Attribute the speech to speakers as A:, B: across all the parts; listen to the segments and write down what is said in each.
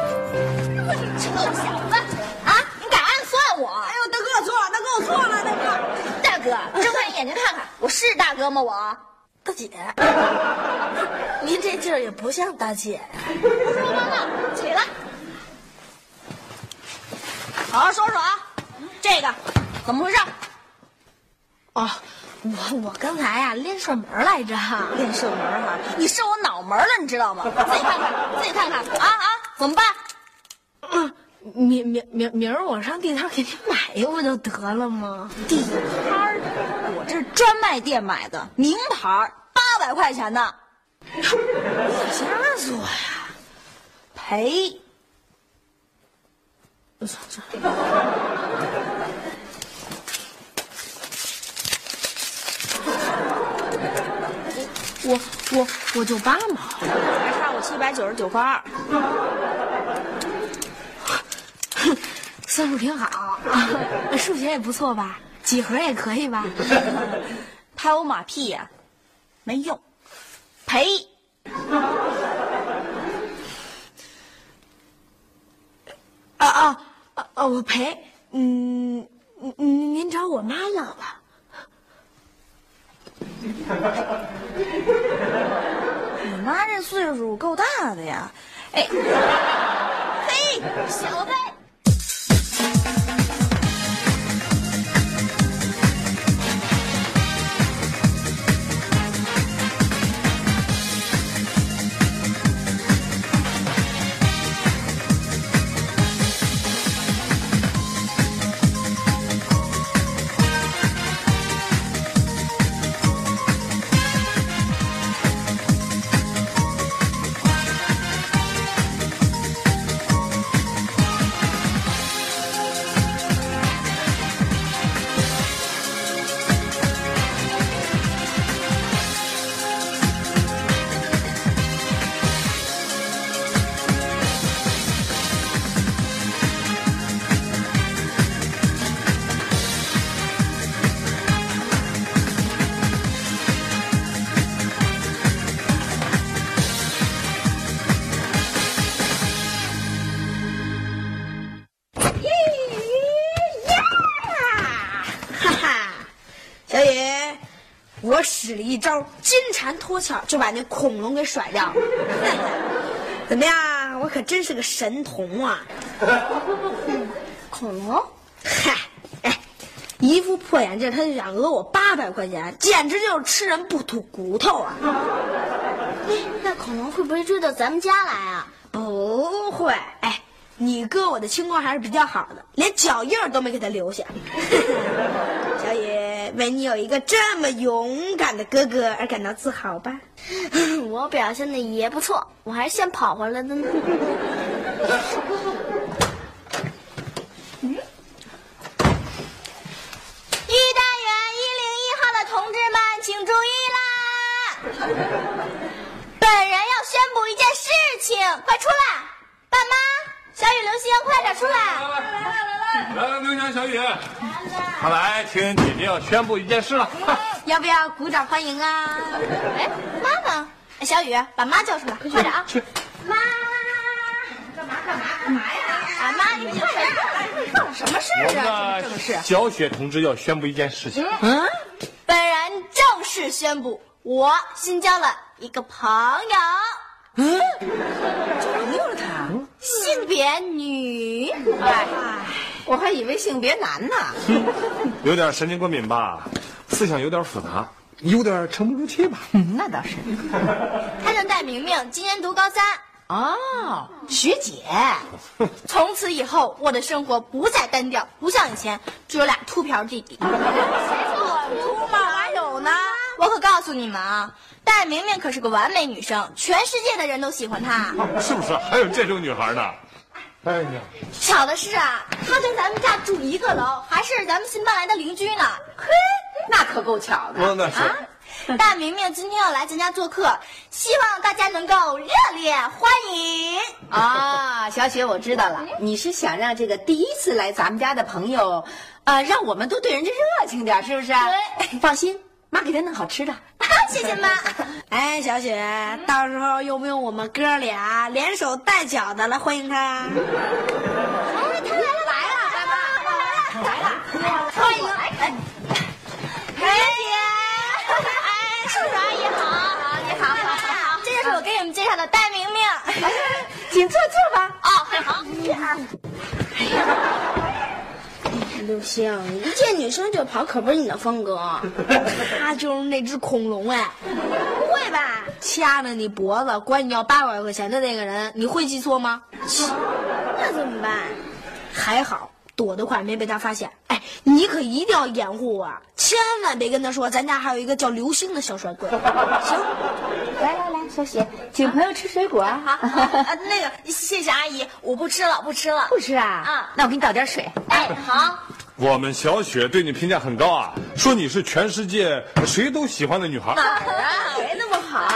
A: 臭小子啊！你敢暗算我？
B: 哎呦，大哥错了，大哥我错了，大哥。
A: 大哥，睁开眼睛看看，我是大哥吗？我
C: 大姐， 您这劲儿也不像大姐呀、
A: 起来，
B: 好好说说啊，这个怎么回事？
C: 哦，我我刚才呀、练射门来着。
B: 练射门哈、你射我脑门了，你知道吗？自己看看，自己看看啊啊，怎么办？
C: 嗯，明明明明儿我上地摊给你买一个不就得了吗？
B: 地摊儿，我这是专卖店买的名牌儿，八百块钱呢，
C: 吓死我呀！
B: 赔。
C: 算算我我我就八毛，
B: 还差我七百九十九块二。
C: 算数 挺好，数学也不错吧？几何也可以吧？
B: 拍我马屁呀、没用，赔。
C: 啊啊啊啊！我赔，嗯，您您找我妈要吧。
B: 你妈这岁数够大的呀，哎，嘿，
A: 小子，
B: 哈哈，小野，我使了一招金蝉脱壳，就把那恐龙给甩掉了。怎么样？我可真是个神童啊！
C: 恐龙，
B: 嗨，哎，一副破眼镜，他就想讹我八百块钱，简直就是吃人不吐骨头啊！
A: 那恐龙会不会追到咱们家来啊？
B: 不会，哎，你哥我的轻功还是比较好的，连脚印儿都没给他留下。小野，为你有一个这么勇敢的哥哥而感到自豪吧。
A: 我表现的也不错，我还先跑回来的呢。
B: 嗯
A: 一单元一零一号的同志们，请注 意啦！本人要宣布一件事情，快出来！爸妈，小雨、流星，快点出来！
D: 来来，刘翔、小雨，看来情人姐姐要宣布一件事了。
A: 要不要鼓掌欢迎啊？哎，妈妈，哎小雨，把妈叫出来，快点啊！
D: 去，
A: 妈，干嘛干嘛干嘛呀？啊，妈，你快点啊！什么事
D: 我们的小雪同志要宣布一件事情。
A: 本人正式宣布，我新交了一个朋友。嗯，这朋友他，性别女。哎，
E: 我还以为性别男呢。
D: 有点神经过敏吧，思想有点复杂，有点沉不住气吧。
E: 嗯，那倒是。
A: 她叫戴明明，今年读高三。
E: 哦，学姐，
A: 从此以后，我的生活不再单调，不像以前只有俩秃瓢弟弟。我秃吗？哪有呢？我可告诉你们啊，戴明明可是个完美女生，全世界的人都喜欢她。
D: 是不是还有这种女孩呢？哎呀，
A: 巧的是啊，他跟咱们家住一个楼，还是咱们新搬来的邻居呢。嘿，
E: 那可够巧的。
D: 哦 那是
A: 啊，大明明今天要来咱家做客，希望大家能够热烈欢迎。
E: 啊、小雪，我知道了，你是想让这个第一次来咱们家的朋友，呃，让我们都对人家热情点儿，是不是？
A: 对，
E: 放心，妈给他弄好吃的。
A: 谢 谢妈。
B: 哎，小雪，到时候用不用我们哥俩连手带脚的来欢迎他？
A: 哎，他来了，来了，来了，来了，来了，欢迎！哎，姐，哎，叔叔阿姨好，好，你好，好，好，这就是我给你们介绍的戴明明。
E: 请坐，坐吧。
A: 哦，好，
B: 刘星，一见女生就跑，可不是你的风 格。他就是那只恐龙哎，
A: 不会吧？
B: 掐着你脖子，管你要八百块钱的那个人，你会记错吗？
A: 那怎么办？
B: 还好躲得快，没被他发现。哎，你可一定要掩护我，千万别跟他说咱家还有一个叫刘星的小帅哥。
E: 来来来，小雪，请朋友吃水果啊。
A: 好， 啊，那个，谢谢阿姨，我不吃了，不吃了。
E: 不吃啊？
B: 嗯
E: 啊，那我给你倒点水。
A: 哎， 好，
D: 我们小雪对你评价很高啊，说你是全世界谁都喜欢的女孩。
A: 谁那么好？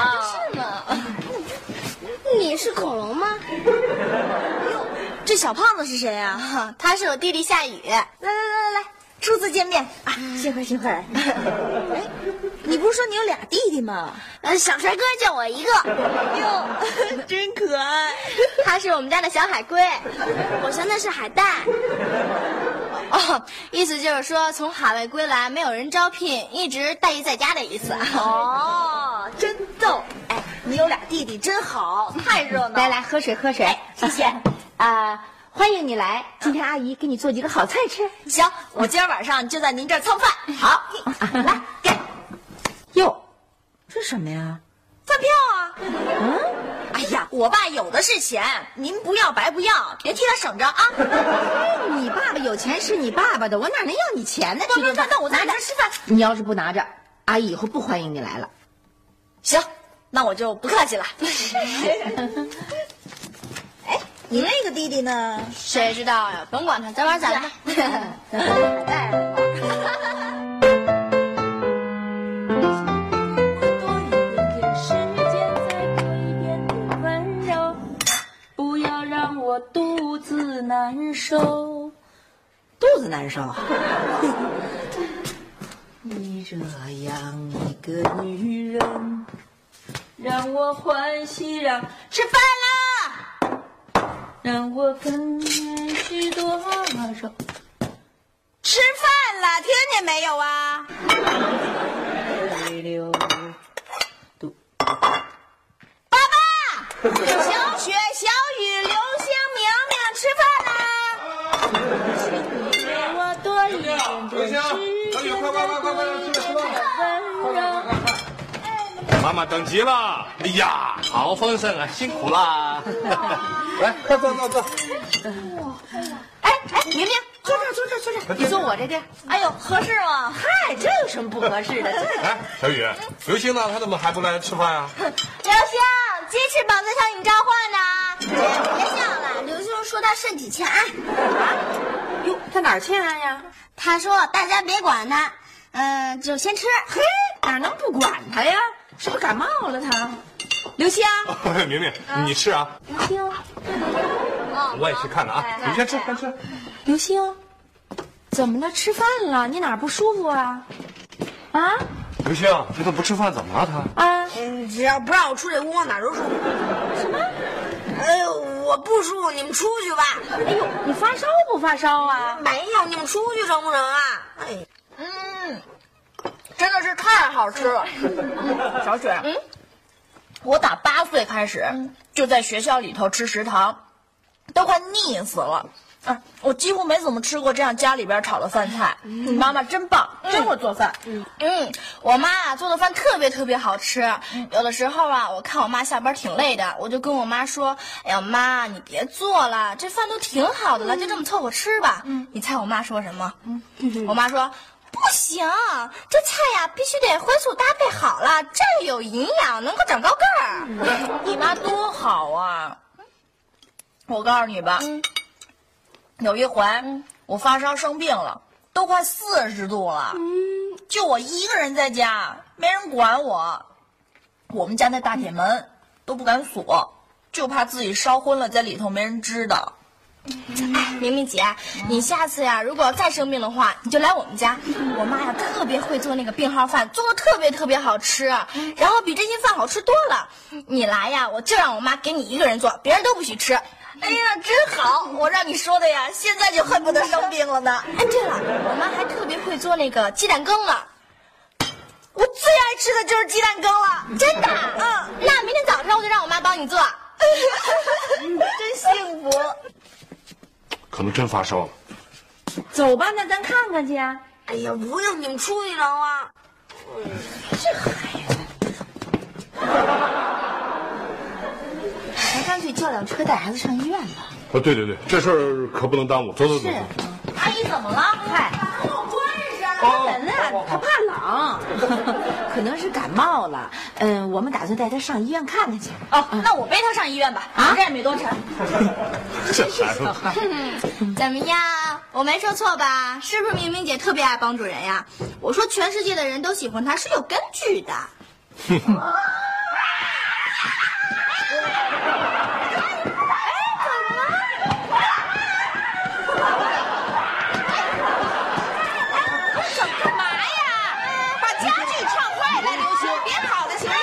A: 是吗？
B: 你是恐龙吗？
A: 这小胖子是谁啊？他是我弟弟夏雨。来来来来来，初次见面啊，幸会幸会。
B: 嗯
A: 哎，你不是说你有俩弟弟吗？呃，小帅哥就我一个。哟， 真可爱。他是我们家的小海龟，我生的是海带。哦，意思就是说从海外归来，没有人招聘，一直待业在家的意思。哦， 真逗。哎，你有俩弟弟真好，太热闹了。哎
E: 来来，喝水喝水，
B: 哎
E: 谢谢。 啊、
A: 呃
E: 欢迎你来，今天阿姨给你做几个好菜吃。
A: 行，我今儿晚上就在您这儿蹭饭。 好，啊来给
E: 哟，这什么呀？
A: 饭票啊。嗯，哎呀，我爸有的是钱，您不要白不要，别替他省着 啊。
E: 你爸爸有钱是你爸爸的，我哪能要你钱呢？
A: 那那那那我在你这儿吃饭。
E: 你要是不拿着，阿姨以后不欢迎你来了。
A: 行，那我就不客气了。 哎，你那个弟弟呢？谁知道呀？甭管他，咱玩咱的。 哎
E: 肚子难受。你这样一个女人，
F: 让我欢喜，让
A: 吃饭啦！
F: 让我感是多少？
A: 吃饭啦！听见没有啊？爸爸，小雪、小雨、刘星、明明吃饭啦！
F: 我多一点
D: 刘星，小雨，快快快快快，吃饭吃饭。
F: 温柔。
D: 哎妈妈等急了，哎呀，好丰盛啊，辛苦啦！ 来，快坐坐坐。
E: 哎哎，明明坐这儿，坐这儿，坐这儿，你坐我这边。
A: 哎呦，合适吗？
E: 嗨，这有什么不合适的？
D: 哎，小雨，刘星呢？他怎么还不来吃饭啊？
A: 刘星，鸡翅膀在向你召唤呢。别笑了，刘星说他身体欠安，
E: 哟，他哪儿欠安呀？
A: 他说大家别管他，嗯、就先吃。
E: 嘿，哪能不管他呀？是不是感冒了他？刘星，
D: 明明，你吃啊。我也去看看啊，你先吃，先吃。
E: 刘星，怎么了？吃饭了？你哪儿不舒服啊？啊
D: 刘星，他都不吃饭，怎么了他？
E: 啊！
B: 嗯，只要不让我出这屋，我哪儿都舒服。什么？哎，我不舒服，你们出去吧。
E: 哎呦，你发烧不发烧啊？
B: 没有，你们出去成不成啊？哎，
A: 真的是太好吃了。
F: 小雪，哎嗯，我打八岁开始就在学校里头吃食堂，都快腻死了。嗯，我几乎没怎么吃过这样家里边炒的饭菜。你
B: 嗯
F: 妈妈真棒，真会做饭。
A: 嗯，我妈啊做的饭特别特别好吃。有的时候啊，我看我妈下班挺累的，我就跟我妈说：“哎呀，妈，你别做了，这饭都挺好的了，就这么凑合吃吧。”嗯，你猜我妈说什么？嗯， 我妈说。不行，这菜呀、必须得荤素搭配好了，这样有营养，能够长高个儿。嗯
F: 你妈多好啊！我告诉你吧，有一回我发烧生病了，都快四十度了，
A: 嗯
F: 就我一个人在家，没人管我。我们家那大铁门都不敢锁，就怕自己烧昏了在里头没人知道。
A: 明明姐，你下次呀，如果再生病的话，你就来我们家。我妈呀，特别会做那个病号饭，做的特别特别好吃，然后比这些饭好吃多了。你来呀，我就让我妈给你一个人做，别人都不许吃。
F: 哎呀，真好！我让你说的呀，现在就恨不得生病了呢。
A: 哎，对了，我妈还特别会做那个鸡蛋羹呢。
F: 我最爱吃的就是鸡蛋羹了。
A: 真的？嗯，那明天早上我就让我妈帮你做。
F: 嗯真幸福。
D: 可能真发烧了。
E: 走吧，那咱看看去啊。
B: 哎呀，不用你们出去了啊！
E: 咱干脆叫辆车带孩子上医院吧。
D: 哦，对对对，这事儿可不能耽误。走走走走。
F: 阿姨怎么了？哎嗨，哦
E: 人啊，他怕冷，可能是感冒了。嗯，我们打算带他上医院看看去。
F: 哦，那我背她上医院吧。啊，这也没多沉。
D: 这孩子，
A: 怎么样？我没说错吧？是不是明明姐特别爱帮助人呀？我说全世界的人都喜欢她是有根据的。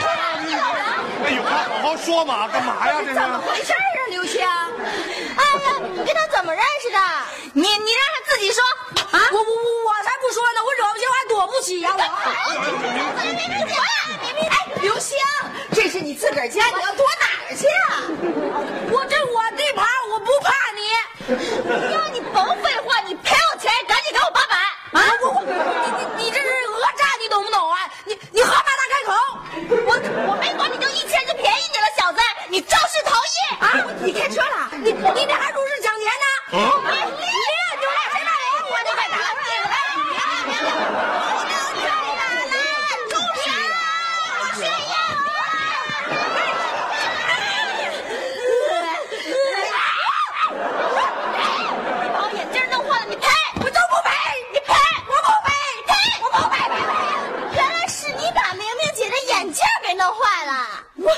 D: 哎呦，好好说嘛，干嘛呀？这是
A: 回事儿啊，刘星？哎呀，你跟他怎么认识的？你你让他自己说啊！
B: 我我我我才不说呢，我惹不起，我还躲不起呀、我。
E: 哎
A: 哎
E: 刘星，这是你自个儿家，你要躲哪儿去啊？
B: 我这我地盘，我不怕你。
A: 要你甭废话，你赔我钱，赶紧给我八百！
B: 啊，我我你你你这是讹诈，你懂不懂啊？你你哈巴大开口
A: 我我没管你就一千就便宜你了，小子，你肇事逃逸！
B: 啊！你开车了，你你这还入室抢劫呢？
D: 啊，
A: 你你俩谁骂人？我就快打了！别别别别！你都哪来？住手！谁呀？你把我眼镜弄坏了，你赔！我都不赔！你赔！我不赔！赔！我不赔！原来是你把明明姐的眼镜给弄坏了。
B: 我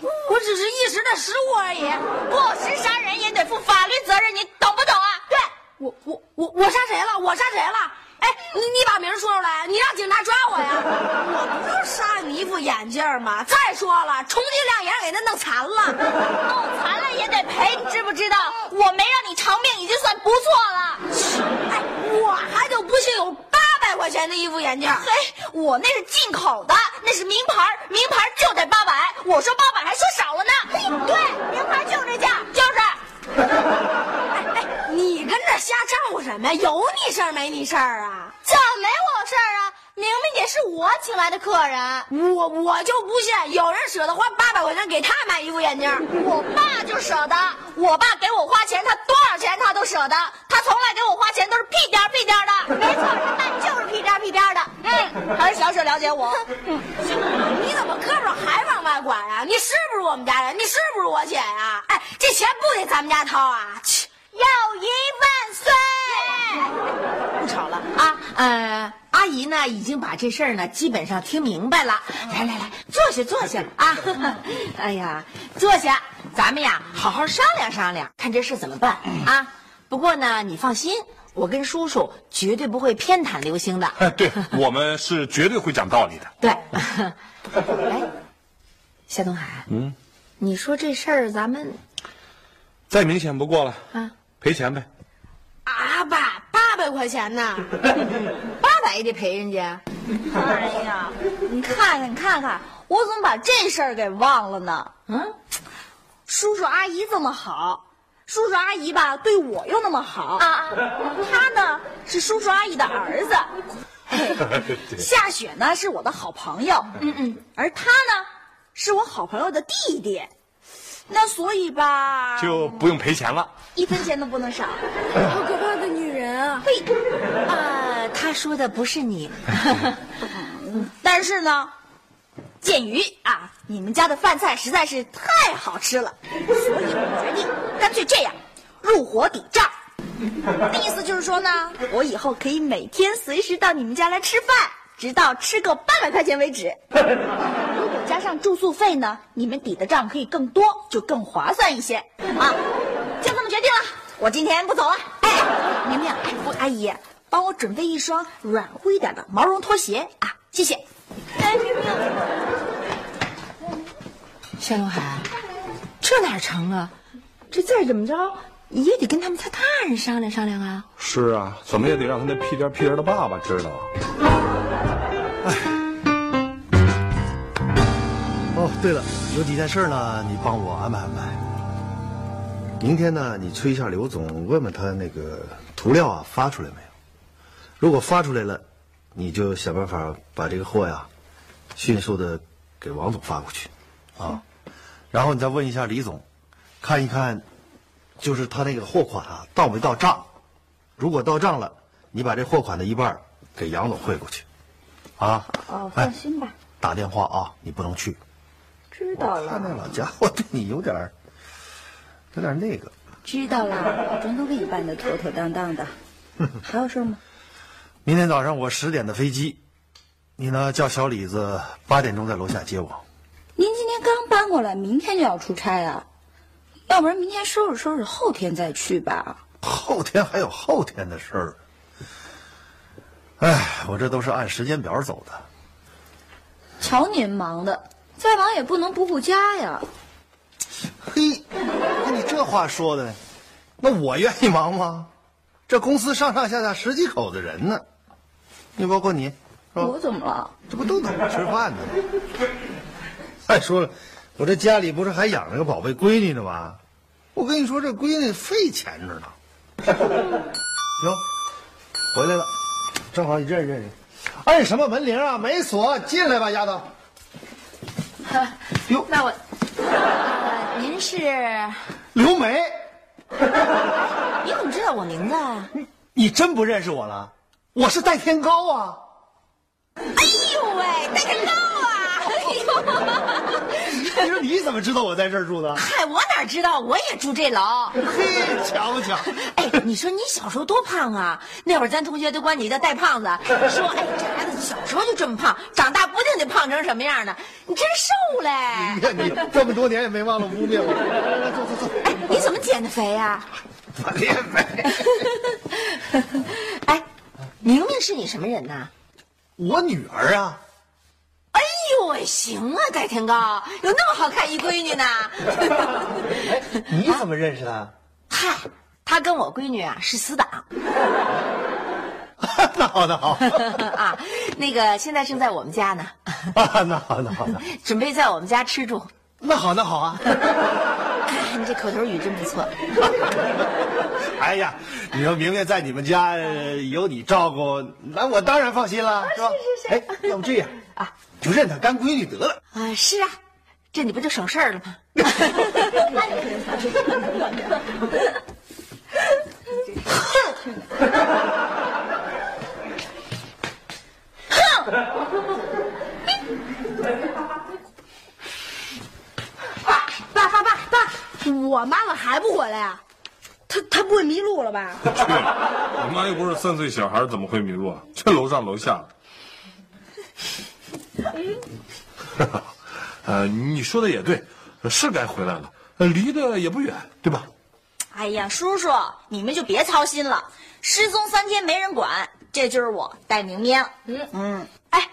B: 我我只是一时的失误而已。
A: 过失杀人也得负法律责任，你懂不懂啊？对，
B: 我我我我杀谁了？我杀谁了？哎，你你把名儿说出来，你让警察抓我呀！ 我不就杀你一副眼镜儿吗？再说了，充其量也是给他弄残了。
A: 弄残了也得赔，你知不知道？我没让你偿命已经算不错了。
B: 哎，我还就不信有八百块钱的一副眼镜儿。
A: 嘿，我那是进口的，那是名牌，名牌就得八百。我说八百还说少了呢。
B: 哎
A: 嘿，对，名牌就这价，就是。
B: 你跟这瞎掺和什么呀？有你事儿没你事儿啊？
A: 怎么没我事儿啊？明明姐是我请来的客人，
B: 我我就不信有人舍得花八百块钱给他买一副眼镜儿。
A: 我爸就舍得，我爸给我花钱，他多少钱他都舍得，他从来给我花钱都是屁颠儿屁颠儿的。没错，他爸就是屁颠儿屁颠儿的。嗯，还是小雪了解我。
B: 你怎么胳膊还往外拐啊？你是不是我们家人？你是不是我姐呀、哎，这钱不得咱们家掏啊！切，
A: 友谊万岁！
E: 不吵了啊，呃，阿姨呢已经把这事儿呢基本上听明白了。
F: 哦
E: 来来来，坐下坐下啊！ 哎呀，坐下，咱们呀好好商量商量，看这事怎么办
F: 嗯
E: 啊？不过呢，你放心，我跟叔叔绝对不会偏袒刘星的。
D: 哎，对我们是绝对会讲道理的。
E: 对， 哎，夏东海，嗯，你说这事儿咱们
D: 再明显不过了
E: 啊，
D: 赔钱呗。
B: 啊爸，八百块钱呢？
E: 嗯八百也得赔人家。
F: 哎呀，你看看，你看看，我怎么把这事儿给忘了呢？
E: 嗯，
F: 叔叔阿姨这么好，叔叔阿姨吧对我又那么好啊，他呢是叔叔阿姨的儿子，夏雪呢是我的好朋友，嗯嗯，而他呢是我好朋友的弟弟，那所以吧，
D: 就不用赔钱了。
F: 一分钱都不能少。
B: 好可怕的女人啊！
E: 啊，他说的不是你。
F: 但是呢，鉴于啊你们家的饭菜实在是太好吃了，所以我决定干脆这样，入伙抵账。
A: 那意思就是说呢，我以后可以每天随时到你们家来吃饭，直到吃够八百块钱为止。如果加上住宿费呢，你们抵的账可以更多，就更划算一些啊。就这么决定了，我今天不走了。哎，明明，哎，我阿姨，帮我准备一双软乎一点的毛绒拖鞋啊，谢谢。哎，明明。
E: 夏东海，这哪成啊？这再怎么着也得跟他们他大人商量商量啊。
D: 是啊，怎么也得让他那屁颠儿屁颠儿的爸爸知道啊。
G: 哦，对了，有几件事呢，你帮我安排安排。明天呢，你催一下刘总，问问他那个涂料啊发出来没有？如果发出来了，你就想办法把这个货呀，迅速的给王总发过去，啊，然后你再问一下李总，看一看，就是他那个货款啊到没到账？如果到账了，你把这货款的一半儿给杨总汇过去，啊，哦，放心吧。打电话啊，你不能去。知道了。看那老家伙对你有点儿，有点儿那个。
H: 知道了，保证都给你办的妥妥当当 的。还有事吗？
G: 明天早上我十点的飞机，你呢叫小李子八点钟在楼下接我。
H: 您今天刚搬过来，明天就要出差啊？要不然明天收拾收拾，后天再去吧。
G: 后天还有后天的事儿。哎，我这都是按时间表走的。
H: 瞧您忙的，再忙也不能补补家呀。
G: 嘿，那你这话说的，那我愿意忙吗？这公司上上下下十几口子人呢，你包括你，是吧？
H: 我怎么了？
G: 这不都等着吃饭呢？再说了，我这家里不是还养着个宝贝闺女呢吗？我跟你说，这闺女费钱着呢。哟，回来了，正好你认识认识。按什么门铃啊？没锁，进来吧，丫头。哟，
E: 那我，呃您是？
G: 刘梅，
E: 你怎么知道我名字啊？
G: 你真不认识我了？我是戴天高啊。
E: 啊
G: 哎呦喂，戴天高啊！哎呦，你说你怎么知道我在这儿住 的？
E: 嗨，哎我哪知道？我也住这楼。
G: 嘿，巧不巧？
E: 哎，你说你小时候多胖啊？那会儿咱同学都管你叫带胖子，说哎这孩子小时候就这么胖，长大不定得胖成什么样呢？你真瘦嘞！
G: 你看你 这么多年也没忘了污蔑我。来坐坐坐，
E: 哎，你怎么减的肥啊呀、
G: 我练呗。
E: 哎，明明是你什么人呐、
G: 我女儿啊，
E: 哎呦喂，行啊，戴天高，有那么好看一闺女呢。
G: 你怎么认识她？
E: 嗨，她跟我闺女啊是死党
G: 那好，那好，
E: 啊，那个现在正在我们家呢，
G: 啊那好，那好，那好
E: 准备在我们家吃住。
G: 那好，那好啊。
E: 哎，你这口头语真不错。
G: 哎呀，你说明明在你们家呃有你照顾，那我当然放心了，是吧？是是是。哎，要不这样啊，就认她干闺女得了。
E: 啊，是啊，这你不就省事儿了吗？
B: 爸爸爸爸，我妈妈还不回来
E: 啊
B: 呀、她她不会迷路了吧？
D: 去，我妈又不是三岁小孩，怎么会迷路啊？这楼上楼下的。 呃，你说的也对，是该回来了，呃离得也不远，对吧？
A: 哎呀，叔叔，你们就别操心了，失踪三天没人管，这就是我戴明明。嗯嗯，
B: 哎，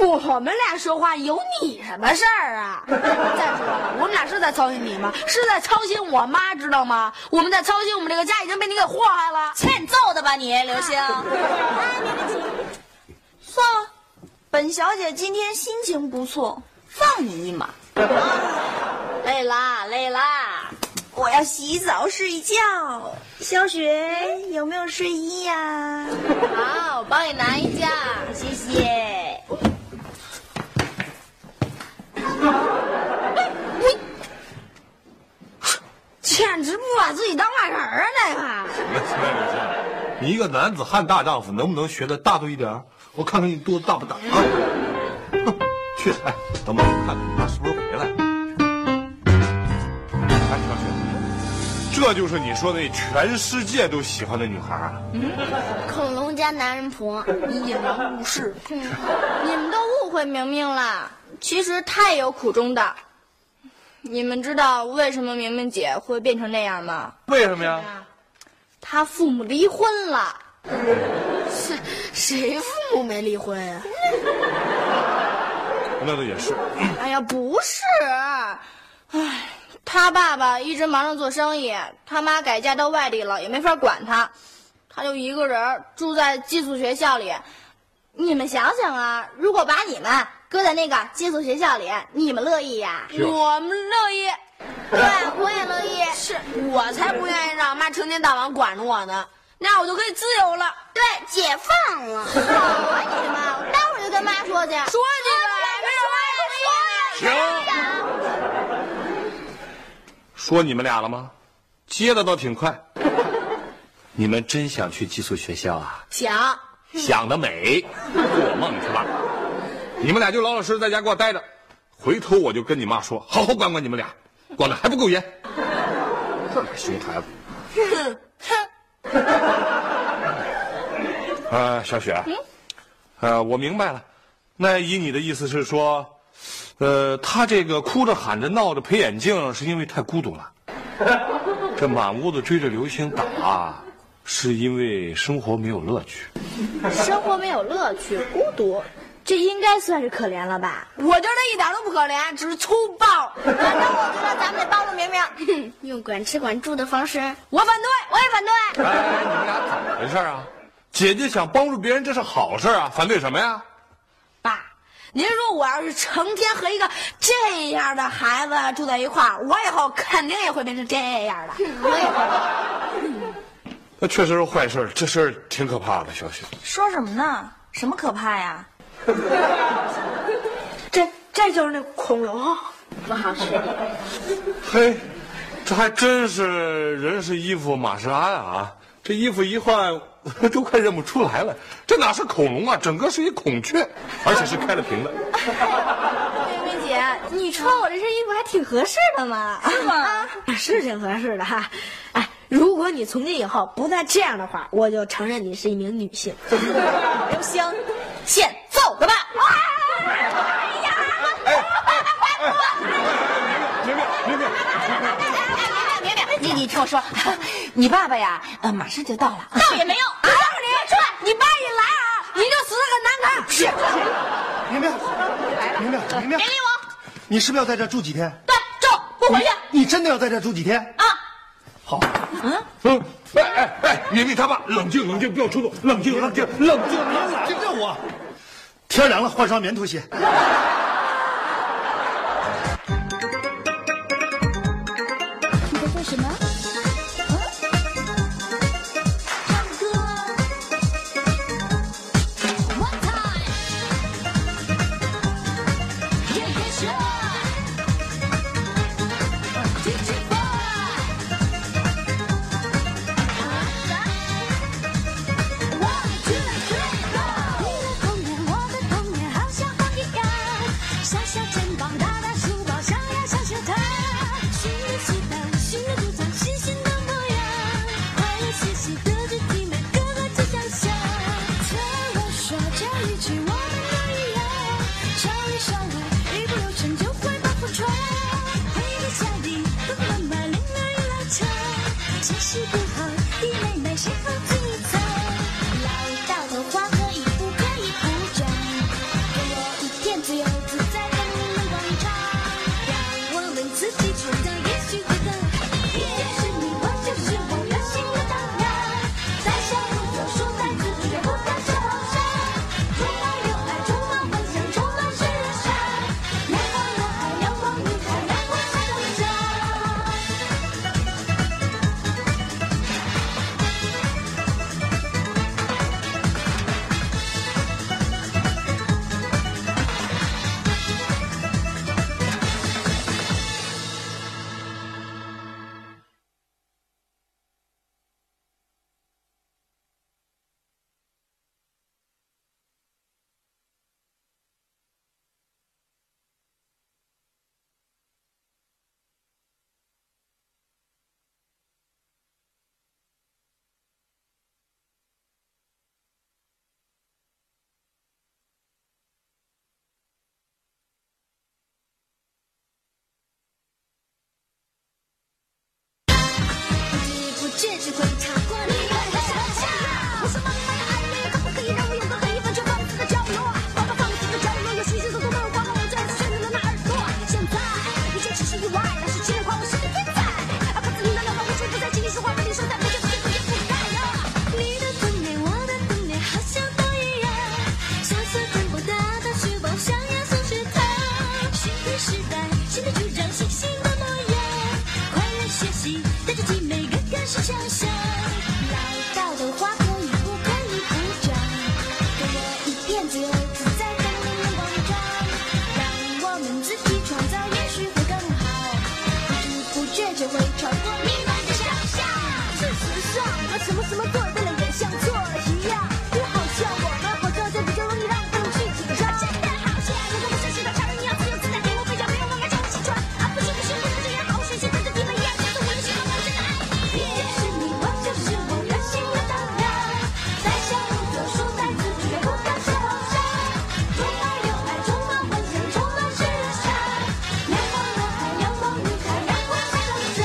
B: 我们俩说话有你什么事儿啊？再说了，我们俩是在操心你吗？是在操心我妈，知道吗？我们在操心我们这个家已经被你给祸害了。
A: 欠揍的吧你，刘星。哎算了，本小姐今天心情不错，放你一马。累啦累啦，我要洗澡睡觉。小雪有没有睡衣呀、好，我帮你拿一件，谢谢。
B: 简直不把自己当外人儿啊！那个，
D: 你一个男子汉大丈夫，能不能学的大度一点儿？我看看你肚子大不大啊！哼去，哎，等我看看你妈是不是回来。哎，小雪，这就是你说那全世界都喜欢的女孩啊？
I: 恐龙加男人 婆，嗯
J: 你引狼入室。
I: 你们都误会明明了，其实她也有苦衷的。你们知道为什么明明姐会变成那样吗？
D: 为什么呀？
I: 她父母离婚了。
A: 谁父母没离婚啊？
D: 那倒也是。
I: 哎呀，不是，唉，他爸爸一直忙着做生意，他妈改嫁到外地了，也没法管他，他就一个人儿住在寄宿学校里。你们想想啊，如果把你们搁在那个寄宿学校里，你们乐意呀、
D: 是
I: 我们乐意。
A: 对，我也乐意。是我才不愿意让妈成天大晚管着我呢，那样我就可以自由了。
I: 对，解放了。好啊，你的妈！我待会儿就跟妈说去。
A: 说去
D: 停！说你们俩了吗？接的倒挺快。你们真想去寄宿学校啊？
A: 呗，想。
D: 想得美，做梦去吧！你们俩就老老实实在家给我待着，回头我就跟你妈说，好好管管你们俩，管的还不够严。这么熊孩子！ 啊，小雪，呃，我明白了。那以你的意思是说，呃，他这个哭着喊着闹着赔眼镜，是因为太孤独了。 这满屋子追着流星打，是因为生活没有乐趣。
I: 生活没有乐趣，孤独，这应该算是可怜了吧？
A: 我觉得一点都不可怜，只是粗暴。
I: 反正我觉得咱们得帮助明明，用管吃管住的方式。
A: 我反对，
I: 我也反对。
D: 哎，你们俩怎么回事啊？姐姐想帮助别人，这是好事啊，反对什么呀？
A: 爸，您说我要是成天和一个这样的孩子住在一块儿，我以后肯定也会变成这样的。
D: 那确实是坏事儿，这事儿挺可怕的，小雪。
J: 说什么呢？什么可怕 呀？
K: 这这就是那恐龙。
D: 嘿，这还真是人是衣服，马是鞍啊！这衣服一换， 都快认不出来了。这哪是恐龙啊，整个是一孔雀，而且是开了屏的。
I: 明明姐，你穿我这身衣服还挺合适的嘛。
K: 啊，
A: 是挺合适的哈。哎，如果你从今以后不再这样的话，我就承认你是一名女性。
J: 刘星，欠揍的吧！
D: 明明，明明，
J: 别别别，
E: 你你听我说， 你爸爸呀，呃，马上就到了。
J: 倒也没用。啊，你出来！
A: 你爸一来啊，你就死得很难看。是，
G: 明明，明明，明明，
J: 别理我！
G: 你是不是要在这住几天？
J: 对，走，不
A: 哎
J: 回去
G: 你真的要在这住几天？
J: 啊！
G: 好，
D: 嗯，哎哎哎，明明他爸，冷静冷静，不要冲动，冷静冷静冷静冷静。
G: 听着我，天凉了换双棉拖鞋。
L: 你在做什么？
I: 唱歌。One time，也别说。DJ boy，你的童年，我的童年，好像风一样，小小肩膀，大大书包，想要上学堂，新的时代，新的主张，新鲜的模样，快乐学习，德智体美，个个都想象。听我说这一句，我们都一样，少里少外，一不留神就会把风传。回到家里，爸爸妈妈铃儿又拉长，这是不好，弟妹妹谁好自己猜。老道的话可以不可以不讲？给我一天自由自在的阳光一场，让我们自己创造，也许会更好。也许你我就是我的新的榜样，在小路走，树在自己也不怕受伤，充满热爱，充满幻想，充满时尚，阳光男孩，阳光女孩，阳光闪耀着。这只会茶馆。你们在想象，为什么你们的爱人可不可以让我有个可以完全放肆的角落？包包放肆的角落，有谁先走动漫画吗？我最爱炫动的那耳朵。现在一切只是意外，那是情话，我是个天才。啊，把自己的浪漫完全不在情绪化，把你收在每天不见不见不该呀。你的分类，我的分类，好像都一样，相似但不搭的虚妄，想要速食堂。新的时代，新的主张，新新的模样，快乐学习，带着体美，个个是强项。来到的花可以不可以鼓掌？给我一片自由自在光明的广场，让我们自己创造，也许会更好。不知不觉就会超过你们的想象。事实上，我什么什么做对了，也像做了一样。就好像我们好像就比较容易让不用去紧张。真的好像能够不相信的超人一样自由自在，给我飞翔，没有妈妈叫我起床。啊，不行不行，不能这样，好水现在的你们一样，觉得我的心中我真的爱你。也是你，我就是我，任性的胆量，在笑容中输在自己，也不甘是好伤。充满有爱，充满幻想，充满时尚。阳光男孩，阳光女孩，阳光在路上。